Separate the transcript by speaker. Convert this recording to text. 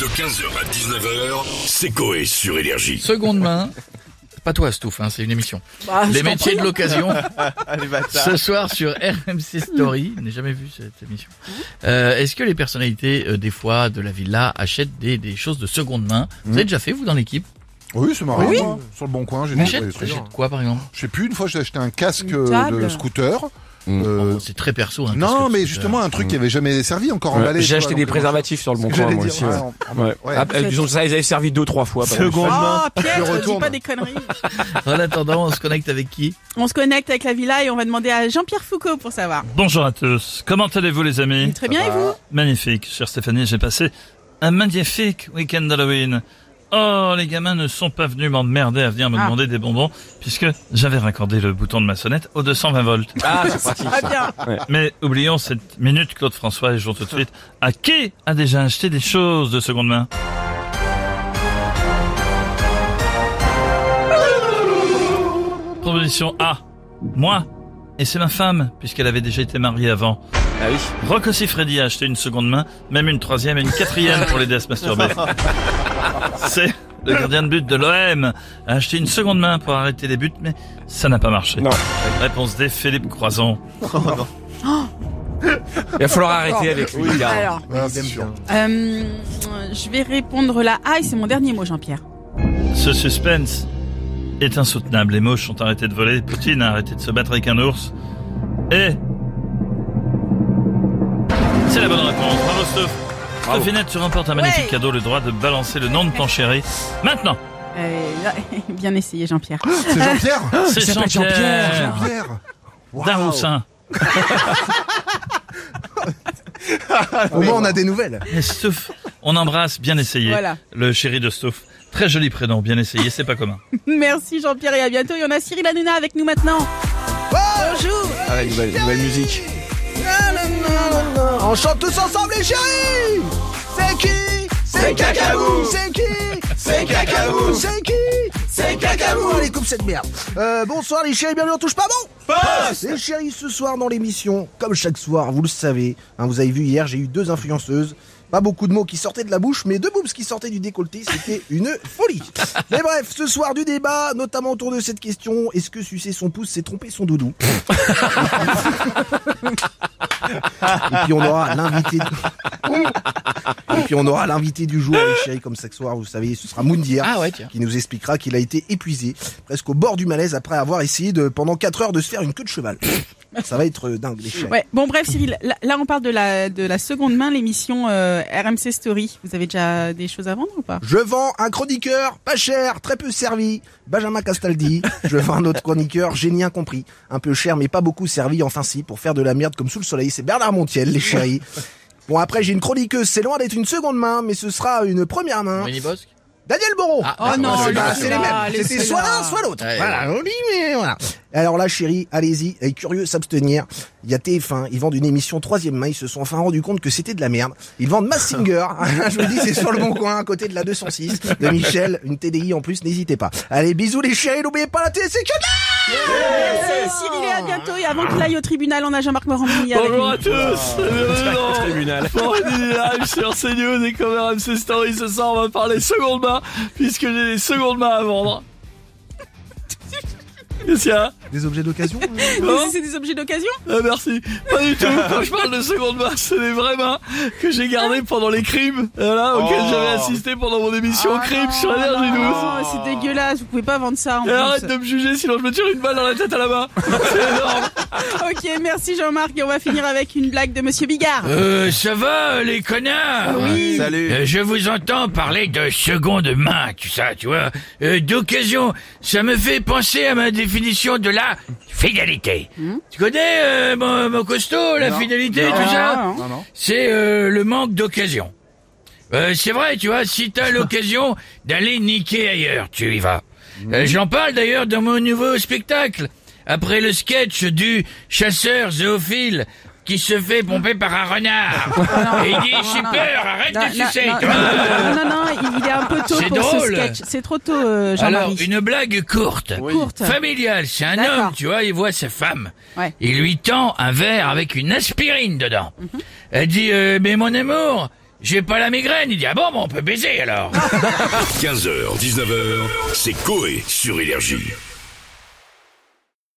Speaker 1: De 15h à 19h, c'est Coé sur Énergie.
Speaker 2: Seconde main. Pas toi, Stouff, hein, c'est une émission.
Speaker 3: Bah, je
Speaker 2: Les
Speaker 3: t'en
Speaker 2: métiers de
Speaker 3: prie.
Speaker 2: l'occasion,
Speaker 4: Allez, bâtard.
Speaker 2: ce soir sur RMC Story. Je n'ai jamais vu cette émission. Euh, Est-ce que les personnalités, euh, des fois, de la villa achètent des, des choses de seconde main
Speaker 5: Mm.
Speaker 2: Vous avez déjà fait, vous, dans l'équipe
Speaker 5: Oui, c'est marrant.
Speaker 3: Oui.
Speaker 5: hein. Sur le bon coin, j'ai
Speaker 2: T'achètes
Speaker 5: trouvé des trucs.
Speaker 2: t'achètes quoi, par exemple
Speaker 5: Je sais plus, une fois j'ai acheté un casque
Speaker 3: Une
Speaker 5: euh,
Speaker 3: table.
Speaker 5: de scooter.
Speaker 4: Mm.
Speaker 5: Euh,
Speaker 2: Oh, C'est très perso. hein, qu'est-ce
Speaker 5: non,
Speaker 2: que
Speaker 5: mais
Speaker 2: tu-
Speaker 5: justement un truc qui avait jamais servi encore
Speaker 6: Ouais,
Speaker 5: emballé. tu
Speaker 6: J'ai
Speaker 5: vois,
Speaker 6: acheté
Speaker 5: donc
Speaker 6: des
Speaker 5: bon,
Speaker 6: préservatifs sur le
Speaker 5: c'est ce
Speaker 6: bon
Speaker 5: que
Speaker 6: coin,
Speaker 5: j'allais
Speaker 6: moi
Speaker 5: dire,
Speaker 6: aussi.
Speaker 5: ouais,
Speaker 6: ouais.
Speaker 5: en- en-
Speaker 6: Ouais.
Speaker 5: ouais.
Speaker 6: Ah, ils, ont- ça les avait servi deux, trois fois. pardon.
Speaker 4: Seconde main.
Speaker 3: Ah, Pierre,
Speaker 5: Je
Speaker 3: dis
Speaker 5: retourne.
Speaker 3: pas des conneries.
Speaker 2: En attendant, on se connecte avec qui
Speaker 3: On se connecte avec la villa et on va demander à Jean-Pierre Foucault pour savoir.
Speaker 7: Bonjour à tous. Comment allez-vous les amis
Speaker 3: Très
Speaker 6: Ah
Speaker 3: bien, et vous
Speaker 7: Magnifique, chère Stéphanie, j'ai passé un magnifique week-end d'Halloween. Oh, les gamins ne sont pas venus m'emmerder à venir me
Speaker 3: Ah.
Speaker 7: demander des bonbons, puisque j'avais raccordé le bouton de ma sonnette au 220 volts.
Speaker 6: Ah, c'est pratique.
Speaker 3: Très bien.
Speaker 7: Mais oublions cette minute, Claude François, et jouons tout de suite à qui a déjà acheté des choses de seconde main. Proposition A. Moi. Et c'est ma femme, puisqu'elle avait déjà été mariée avant.
Speaker 6: Ah oui.
Speaker 7: Rocco Freddy a acheté une seconde main, même une troisième et une quatrième pour l'aider à se masturber. C'est le gardien de but de l'OM a acheté une seconde main pour arrêter les buts, mais ça n'a pas marché.
Speaker 6: Non.
Speaker 7: Réponse D, Philippe Croison.
Speaker 6: Il va falloir arrêter avec lui. là.
Speaker 3: Alors,
Speaker 5: Ah, c'est sûr.
Speaker 3: euh, je vais répondre la A et c'est mon dernier mot, Jean-Pierre.
Speaker 7: Ce suspense est insoutenable. Les moches ont arrêté de voler, Poutine a arrêté de se battre avec un ours, et... C'est la bonne réponse. Bravo, Stuff.
Speaker 6: Bravo.
Speaker 7: Stuffinette, tu remportes un magnifique
Speaker 3: Ouais.
Speaker 7: cadeau, le droit de balancer le nom de ton chéri. Maintenant,
Speaker 3: Euh, là, bien essayé, Jean-Pierre.
Speaker 5: C'est Jean-Pierre
Speaker 7: c'est
Speaker 6: Ah, s'appelle Jean-Pierre.
Speaker 7: Jean-Pierre.
Speaker 5: Pierre Wow.
Speaker 7: Daroussin.
Speaker 5: Au moins on a des nouvelles.
Speaker 7: Mais Stouff, on embrasse, bien essayé.
Speaker 3: Voilà.
Speaker 7: Le chéri de Stouff. Très joli prénom, bien essayé, c'est pas commun.
Speaker 3: Merci, Jean-Pierre, et à bientôt. Il y en a Cyril Hanouna avec nous maintenant. Bonjour.
Speaker 6: Ah, ouais, nouvelle, nouvelle musique.
Speaker 4: On chante tous ensemble les chéris C'est qui C'est Cacabou C'est qui C'est Cacabou C'est qui C'est Cacabou Allez coupe cette merde Euh, Bonsoir les chéris, bienvenue on touche pas bon Les chéris ce soir dans l'émission, comme chaque soir, vous le savez, hein, vous avez vu hier j'ai eu deux influenceuses. Pas beaucoup de mots qui sortaient de la bouche, mais deux boobs qui sortaient du décolleté, c'était une folie. Mais bref, ce soir du débat, notamment autour de cette question, est-ce que sucer son pouce, c'est tromper son doudou Et puis on aura l'invité. Et puis on aura l'invité du jour, les chéris, comme chaque soir, vous savez, ce sera Moundir
Speaker 2: Ah ouais, tiens.
Speaker 4: qui nous expliquera qu'il a été épuisé, presque au bord du malaise après avoir essayé de pendant 4 heures de se faire une queue de cheval. Ça va être euh, dingue les chéris.
Speaker 3: Ouais. Bon, bref, Cyril, là, là, on parle de la, de la seconde main, l'émission euh, RMC Story. Vous avez déjà des choses à vendre ou pas
Speaker 4: Je vends un chroniqueur pas cher, très peu servi, Benjamin Castaldi. Je vends un autre chroniqueur génie incompris, un peu cher mais pas beaucoup servi, enfin si, pour faire de la merde comme sous le soleil. C'est Bernard Montiel, les chéris. Bon après j'ai une chroniqueuse, c'est loin d'être une seconde main, mais ce sera une première main.
Speaker 2: Winnie Bosque
Speaker 4: Daniel Moreau
Speaker 2: Ah,
Speaker 3: Oh non,
Speaker 4: c'est
Speaker 2: bah,
Speaker 4: pas-
Speaker 3: laissez-la,
Speaker 4: c'est les mêmes. C'était
Speaker 3: laissez-la.
Speaker 4: soit l'un, soit l'autre.
Speaker 2: Ouais,
Speaker 4: voilà, on dit, mais voilà. Alors là, chérie, allez-y. Elle est curieux, s'abstenir. Il y a TF1, ils vendent une émission troisième main. Ils se sont enfin rendus compte que c'était de la merde. Ils vendent Massinger. hein, Je me dis, c'est sur le bon coin, à côté de la 206 de Michel. Une TDI en plus, n'hésitez pas. Allez, bisous les chéris, n'oubliez pas la télé, c'est que
Speaker 3: Merci, Cyril, et à bientôt. Et avant qu'il aille au tribunal, on a Jean-Marc Morandini avec nous.
Speaker 7: Bonjour à tous Tribunal Live sur CNews et comme RMC Story ce soir on va parler seconde main puisque j'ai des secondes mains à vendre. Qu'est-ce qu'il y a
Speaker 4: Des objets d'occasion
Speaker 3: Mais C'est des objets d'occasion
Speaker 7: Ah, merci. Pas du tout. Quand je parle de seconde main, c'est les vraies mains que j'ai gardées pendant les crimes voilà, auxquels j'avais assisté pendant mon émission
Speaker 3: Ah
Speaker 7: Crimes sur
Speaker 3: non,
Speaker 7: Énergie 12.
Speaker 3: non, C'est dégueulasse, vous pouvez pas vendre ça en
Speaker 7: Et arrête
Speaker 3: plus.
Speaker 7: de me juger sinon je me tire une balle dans la tête à la main. C'est énorme.
Speaker 3: Ok, merci Jean-Marc, et on va finir avec une blague de Monsieur Bigard.
Speaker 2: Euh, ça va, euh, les connards
Speaker 3: Oui.
Speaker 4: Salut.
Speaker 2: Euh, je vous entends parler de seconde main, tout ça, tu vois. Euh, D'occasion, ça me fait penser à ma définition de la fidélité. Tu connais euh, mon, mon costaud, la fidélité, tout ça
Speaker 3: Ah,
Speaker 5: Non, non.
Speaker 2: C'est euh, le manque d'occasion. Euh, c'est vrai, tu vois, si t'as l'occasion d'aller niquer ailleurs, tu y vas. Euh, J'en parle d'ailleurs dans mon nouveau spectacle. Après le sketch du chasseur zoophile qui se fait pomper par un renard. Et il dit, j'ai
Speaker 3: non.
Speaker 2: peur, arrête
Speaker 3: Non,
Speaker 2: de
Speaker 3: non,
Speaker 2: sucer.
Speaker 3: non,
Speaker 2: tu vois.
Speaker 3: non, non, non, il est un peu tôt
Speaker 2: C'est
Speaker 3: pour ce
Speaker 2: drôle.
Speaker 3: sketch. C'est trop tôt, euh,
Speaker 2: Alors,
Speaker 3: Jean-Marie.
Speaker 2: une blague courte.
Speaker 3: Courte.
Speaker 2: Familiale, c'est un
Speaker 3: D'accord.
Speaker 2: homme, tu vois, il voit sa femme.
Speaker 3: Ouais. Mhm.
Speaker 2: Il lui tend un verre avec une aspirine dedans. Elle dit, euh, mais mon amour,
Speaker 7: J'ai pas la migraine. Il dit, ah bon, bah, on peut baiser alors.
Speaker 2: 15h, 19h, c'est Coé sur Énergie.